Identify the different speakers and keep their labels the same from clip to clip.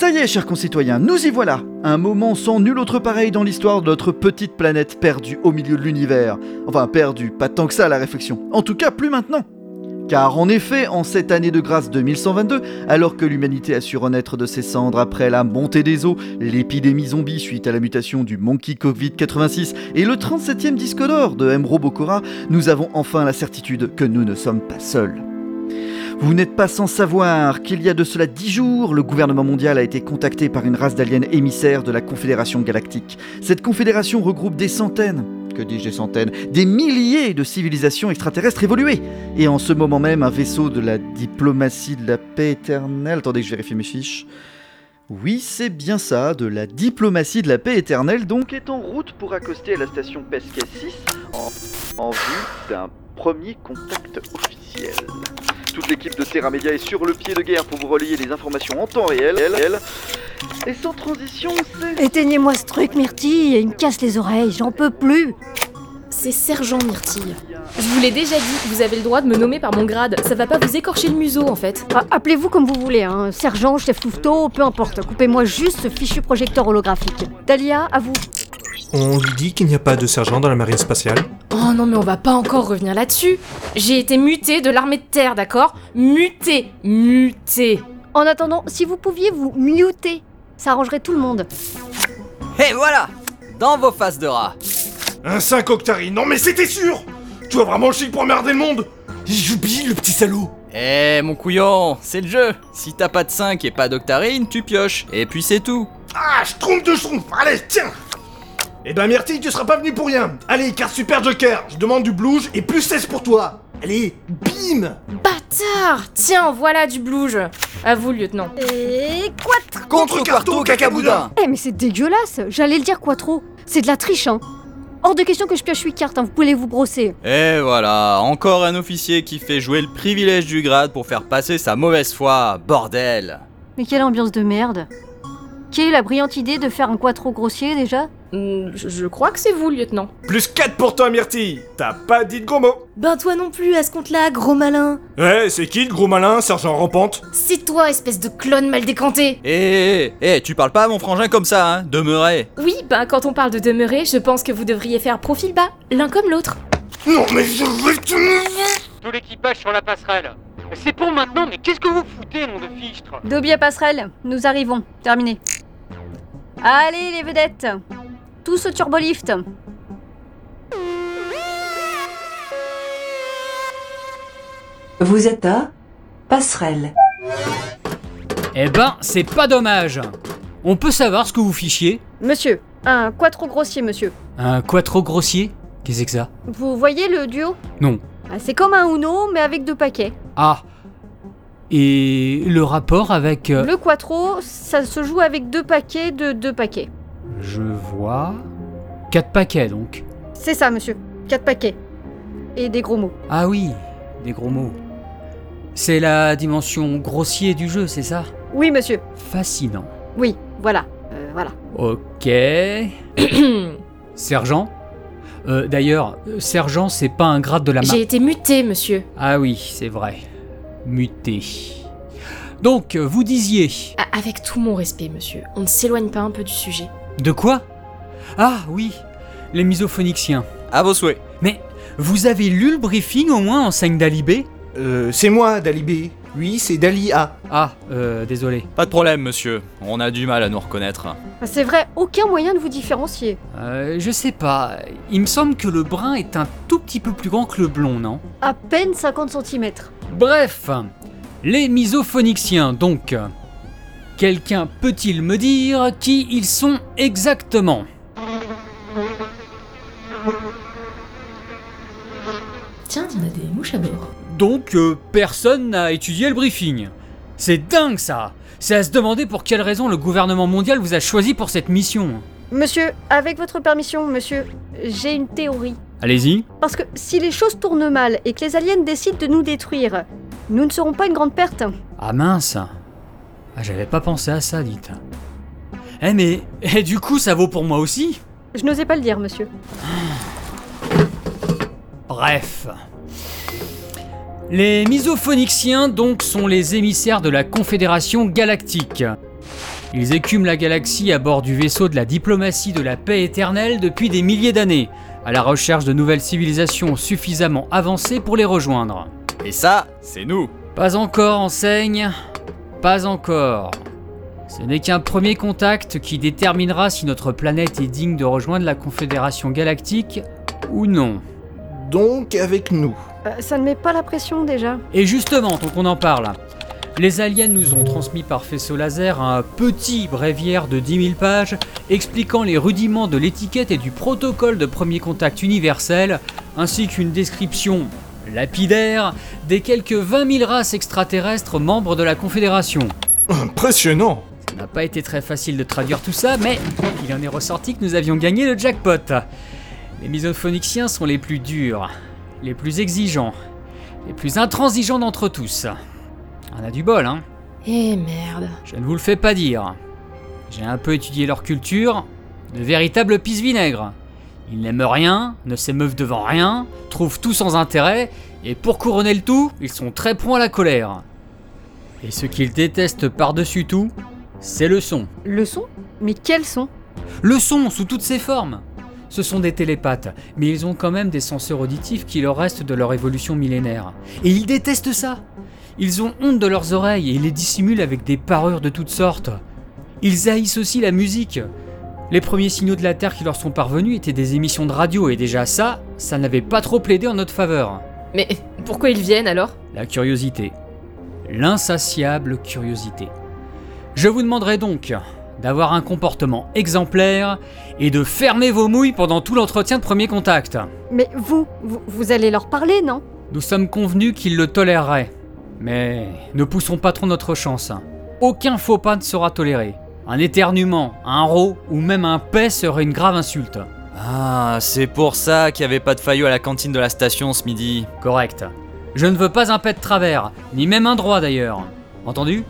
Speaker 1: voyez, chers concitoyens, nous y voilà Un moment sans nul autre pareil dans l'histoire de notre petite planète perdue au milieu de l'univers. Enfin, perdue, pas tant que ça la réflexion. En tout cas, plus maintenant car en effet, en cette année de grâce 2122, alors que l'humanité a su renaître de ses cendres après la montée des eaux, l'épidémie zombie suite à la mutation du Monkey Covid-86 et le 37e disque d'or de M. Bokora, nous avons enfin la certitude que nous ne sommes pas seuls. Vous n'êtes pas sans savoir qu'il y a de cela dix jours, le gouvernement mondial a été contacté par une race d'aliens émissaires de la Confédération Galactique. Cette confédération regroupe des centaines, que dis-je des centaines, des milliers de civilisations extraterrestres évoluées. Et en ce moment même, un vaisseau de la diplomatie de la paix éternelle. Attendez que je vérifie mes fiches. Oui, c'est bien ça, de la diplomatie de la paix éternelle, donc est en route pour accoster à la station Pesquet 6 en, en vue d'un premier contact officiel. Toute l'équipe de Terra Media est sur le pied de guerre pour vous relayer les informations en temps réel. réel. Et sans transition, c'est...
Speaker 2: Éteignez-moi ce truc, Myrtille, il me casse les oreilles, j'en peux plus.
Speaker 3: C'est Sergent Myrtille. Je vous l'ai déjà dit, vous avez le droit de me nommer par mon grade. Ça va pas vous écorcher le museau en fait.
Speaker 2: Ah, Appelez-vous comme vous voulez, hein. sergent, chef louveteau, peu importe. Coupez-moi juste ce fichu projecteur holographique. Dalia, à vous.
Speaker 4: On lui dit qu'il n'y a pas de sergent dans la marine spatiale.
Speaker 3: Oh non, mais on va pas encore revenir là-dessus. J'ai été muté de l'armée de terre, d'accord Muté, muté.
Speaker 2: En attendant, si vous pouviez vous muter, ça arrangerait tout le monde.
Speaker 5: Et voilà Dans vos faces de rat
Speaker 6: Un 5 octari, non mais c'était sûr Tu as vraiment le chic pour emmerder le monde J'oublie le petit salaud
Speaker 5: Eh mon couillon, c'est le jeu Si t'as pas de 5 et pas d'octarine, tu pioches, et puis c'est tout
Speaker 6: Ah, je trompe de schtroumpf Allez, tiens Eh ben Myrtille, tu seras pas venu pour rien Allez, carte super joker Je demande du blouge et plus 16 pour toi Allez, bim
Speaker 3: Bâtard Tiens, voilà du blouge. À vous, lieutenant.
Speaker 2: Et quatre
Speaker 6: Contre Carto, Cacaboudin
Speaker 2: Eh mais c'est dégueulasse J'allais le dire quoi trop C'est de la triche, hein Hors de question que je pioche 8 cartes, hein, vous pouvez vous brosser.
Speaker 5: Et voilà, encore un officier qui fait jouer le privilège du grade pour faire passer sa mauvaise foi, bordel
Speaker 2: Mais quelle ambiance de merde Qui a eu la brillante idée de faire un quattro grossier déjà
Speaker 3: Hmm, Je je crois que c'est vous, lieutenant.
Speaker 6: Plus 4 pour toi, Myrtille T'as pas dit de gros mots
Speaker 7: Ben toi non plus à ce compte-là, gros malin.
Speaker 6: Eh, c'est qui le gros malin, sergent rampante
Speaker 3: C'est toi, espèce de clone mal décanté
Speaker 5: Eh, eh, eh, tu parles pas à mon frangin comme ça, hein Demeurez
Speaker 3: Oui, ben quand on parle de demeurer, je pense que vous devriez faire profil bas, l'un comme l'autre.
Speaker 6: Non mais je veux te...
Speaker 8: Tout l'équipage sur la passerelle. C'est pour maintenant, mais qu'est-ce que vous foutez, nom de fichtre
Speaker 2: Dobby à passerelle, nous arrivons. Terminé. Allez les vedettes Tous au turbolift
Speaker 9: Vous êtes à Passerelle.
Speaker 10: Eh ben, c'est pas dommage On peut savoir ce que vous fichiez
Speaker 2: Monsieur, un quattro grossier, monsieur.
Speaker 10: Un quattro grossier Qu'est-ce que c'est que ça
Speaker 2: Vous voyez le duo
Speaker 10: Non.
Speaker 2: Ah, C'est comme un Uno, mais avec deux paquets.
Speaker 10: Ah Et le rapport avec... euh,
Speaker 2: Le quattro, ça se joue avec deux paquets de deux paquets.
Speaker 10: Je vois... Quatre paquets, donc.
Speaker 2: C'est ça, monsieur. Quatre paquets. Et des gros mots.
Speaker 10: Ah oui, des gros mots. C'est la dimension grossier du jeu, c'est ça
Speaker 2: Oui, monsieur.
Speaker 10: Fascinant.
Speaker 2: Oui, voilà. Euh, voilà.
Speaker 10: Ok. Sergent Euh, D'ailleurs, euh, sergent, c'est pas un grade de la marine.
Speaker 3: J'ai été muté, monsieur.
Speaker 10: Ah oui, c'est vrai. Muté. Donc, euh, vous disiez...
Speaker 3: A- avec tout mon respect, monsieur, on ne s'éloigne pas un peu du sujet.
Speaker 10: De quoi Ah oui, les misophonixiens.
Speaker 5: À vos souhaits.
Speaker 10: Mais vous avez lu le briefing au moins en scène d'Alibé
Speaker 6: Euh, c'est moi, Dali B. Oui, c'est Dali A.
Speaker 10: Ah, euh, désolé.
Speaker 5: Pas de problème, monsieur. On a du mal à nous reconnaître.
Speaker 2: Ah, C'est vrai, aucun moyen de vous différencier.
Speaker 10: Euh, je sais pas. Il me semble que le brun est un tout petit peu plus grand que le blond, non
Speaker 2: À peine 50 cm.
Speaker 10: Bref, les misophonixiens, donc. Quelqu'un peut-il me dire qui ils sont exactement
Speaker 3: Tiens, on a des mouches à bord.
Speaker 10: Donc, euh, personne n'a étudié le briefing. C'est dingue ça C'est à se demander pour quelle raison le gouvernement mondial vous a choisi pour cette mission. hein.
Speaker 2: Monsieur, avec votre permission, monsieur, j'ai une théorie.
Speaker 10: Allez-y.
Speaker 2: Parce que si les choses tournent mal et que les aliens décident de nous détruire, nous ne serons pas une grande perte.
Speaker 10: Ah mince Ah, j'avais pas pensé à ça, dites. Eh mais, eh, du coup, ça vaut pour moi aussi
Speaker 2: Je n'osais pas le dire, monsieur.
Speaker 10: Bref. Les misophonixiens donc sont les émissaires de la Confédération galactique. Ils écument la galaxie à bord du vaisseau de la diplomatie de la paix éternelle depuis des milliers d'années, à la recherche de nouvelles civilisations suffisamment avancées pour les rejoindre.
Speaker 5: Et ça, c'est nous.
Speaker 10: Pas encore, enseigne. Pas encore. Ce n'est qu'un premier contact qui déterminera si notre planète est digne de rejoindre la Confédération galactique ou non.
Speaker 6: Donc avec nous.
Speaker 2: Euh, ça ne met pas la pression déjà.
Speaker 10: Et justement, tant qu'on en parle, les aliens nous ont transmis par faisceau laser un petit bréviaire de 10 000 pages expliquant les rudiments de l'étiquette et du protocole de premier contact universel, ainsi qu'une description lapidaire des quelques 20 000 races extraterrestres membres de la Confédération.
Speaker 4: Impressionnant
Speaker 10: Ça n'a pas été très facile de traduire tout ça, mais il en est ressorti que nous avions gagné le jackpot. Les misophoniciens sont les plus durs, les plus exigeants, les plus intransigeants d'entre tous. On a du bol, hein
Speaker 3: Eh merde.
Speaker 10: Je ne vous le fais pas dire. J'ai un peu étudié leur culture, de véritables pisse vinaigres. Ils n'aiment rien, ne s'émeuvent devant rien, trouvent tout sans intérêt, et pour couronner le tout, ils sont très prompts à la colère. Et ce qu'ils détestent par-dessus tout, c'est le son.
Speaker 2: Le son Mais quel son
Speaker 10: Le son, sous toutes ses formes ce sont des télépathes, mais ils ont quand même des senseurs auditifs qui leur restent de leur évolution millénaire. Et ils détestent ça Ils ont honte de leurs oreilles et ils les dissimulent avec des parures de toutes sortes. Ils haïssent aussi la musique. Les premiers signaux de la Terre qui leur sont parvenus étaient des émissions de radio et déjà ça, ça n'avait pas trop plaidé en notre faveur.
Speaker 3: Mais pourquoi ils viennent alors
Speaker 10: La curiosité. L'insatiable curiosité. Je vous demanderai donc, d'avoir un comportement exemplaire et de fermer vos mouilles pendant tout l'entretien de premier contact.
Speaker 2: Mais vous, vous, vous allez leur parler, non
Speaker 10: Nous sommes convenus qu'ils le toléreraient. Mais ne poussons pas trop notre chance. Aucun faux pas ne sera toléré. Un éternuement, un rot ou même un paix serait une grave insulte.
Speaker 5: Ah, c'est pour ça qu'il n'y avait pas de faillot à la cantine de la station ce midi.
Speaker 10: Correct. Je ne veux pas un paix de travers, ni même un droit d'ailleurs. Entendu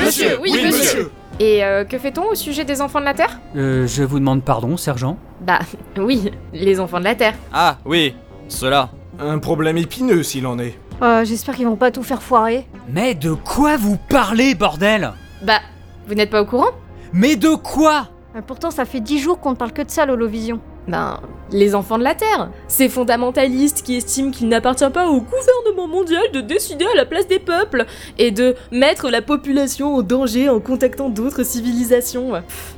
Speaker 3: Monsieur, oui, monsieur. Et euh, que fait-on au sujet des enfants de la Terre
Speaker 10: euh, Je vous demande pardon, sergent.
Speaker 3: Bah oui, les enfants de la Terre.
Speaker 5: Ah, oui, cela.
Speaker 4: Un problème épineux s'il en est.
Speaker 2: Euh, J'espère qu'ils vont pas tout faire foirer.
Speaker 10: Mais de quoi vous parlez, bordel
Speaker 3: Bah, vous n'êtes pas au courant
Speaker 10: Mais de quoi
Speaker 2: Euh, Pourtant, ça fait dix jours qu'on ne parle que de ça, l'Holovision.
Speaker 3: Ben, les enfants de la Terre. Ces fondamentalistes qui estiment qu'il n'appartient pas au gouvernement mondial de décider à la place des peuples et de mettre la population en danger en contactant d'autres civilisations. Pff.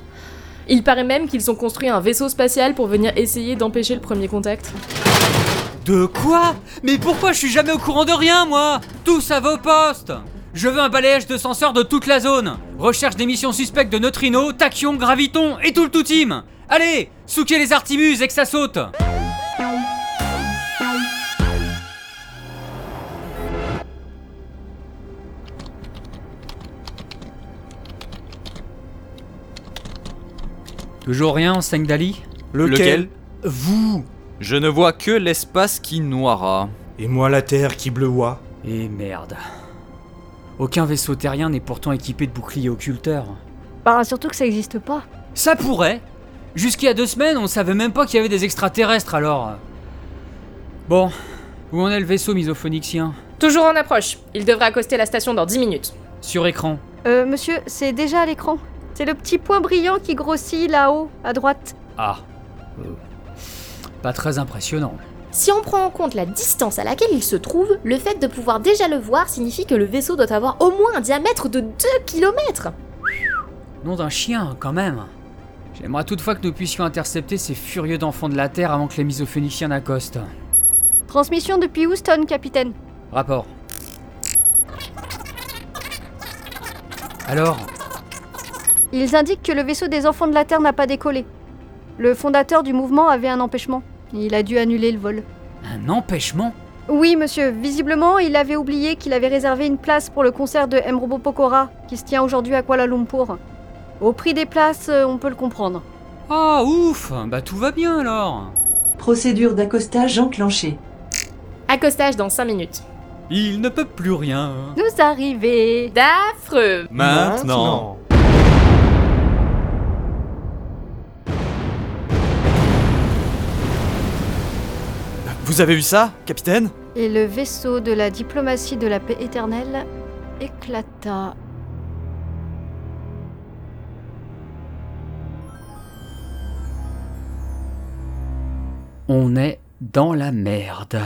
Speaker 3: Il paraît même qu'ils ont construit un vaisseau spatial pour venir essayer d'empêcher le premier contact.
Speaker 10: De quoi Mais pourquoi je suis jamais au courant de rien, moi Tous à vos postes Je veux un balayage de senseurs de toute la zone Recherche d'émissions suspectes de neutrinos, tachyons, gravitons et tout le tout team Allez Souquez les artimuses et que ça saute Toujours rien, enseigne d'Ali
Speaker 5: Lequel
Speaker 10: Vous
Speaker 5: Je ne vois que l'espace qui noiera.
Speaker 4: Et moi la terre qui bleuoie.
Speaker 10: Et Eh, merde. Aucun vaisseau terrien n'est pourtant équipé de boucliers occulteurs.
Speaker 2: Bah, surtout que ça existe pas.
Speaker 10: Ça pourrait. Jusqu'il y a deux semaines, on savait même pas qu'il y avait des extraterrestres alors. Bon, où en est le vaisseau misophonicien
Speaker 3: Toujours en approche. Il devrait accoster la station dans 10 minutes.
Speaker 10: Sur écran.
Speaker 2: Euh, monsieur, c'est déjà à l'écran. C'est le petit point brillant qui grossit là-haut, à droite.
Speaker 10: Ah. Pas très impressionnant.
Speaker 7: Si on prend en compte la distance à laquelle il se trouve, le fait de pouvoir déjà le voir signifie que le vaisseau doit avoir au moins un diamètre de 2 km.
Speaker 10: Nom d'un chien, quand même. J'aimerais toutefois que nous puissions intercepter ces furieux d'enfants de la Terre avant que les misophoniciens n'accostent.
Speaker 2: Transmission depuis Houston, capitaine.
Speaker 10: Rapport. Alors,
Speaker 2: Ils indiquent que le vaisseau des enfants de la Terre n'a pas décollé. Le fondateur du mouvement avait un empêchement. Il a dû annuler le vol.
Speaker 10: un empêchement
Speaker 2: Oui, monsieur, visiblement, il avait oublié qu'il avait réservé une place pour le concert de Mrobo Pokora, qui se tient aujourd'hui à Kuala Lumpur. Au prix des places, euh, on peut le comprendre.
Speaker 10: Ah ouf Bah tout va bien alors
Speaker 9: Procédure d'accostage enclenchée.
Speaker 3: Accostage dans 5 minutes.
Speaker 10: Il ne peut plus rien
Speaker 2: Nous arrivés
Speaker 3: D'affreux
Speaker 5: Maintenant. Vous avez vu ça, capitaine
Speaker 2: Et le vaisseau de la diplomatie de la paix éternelle éclata.
Speaker 10: On est dans la merde.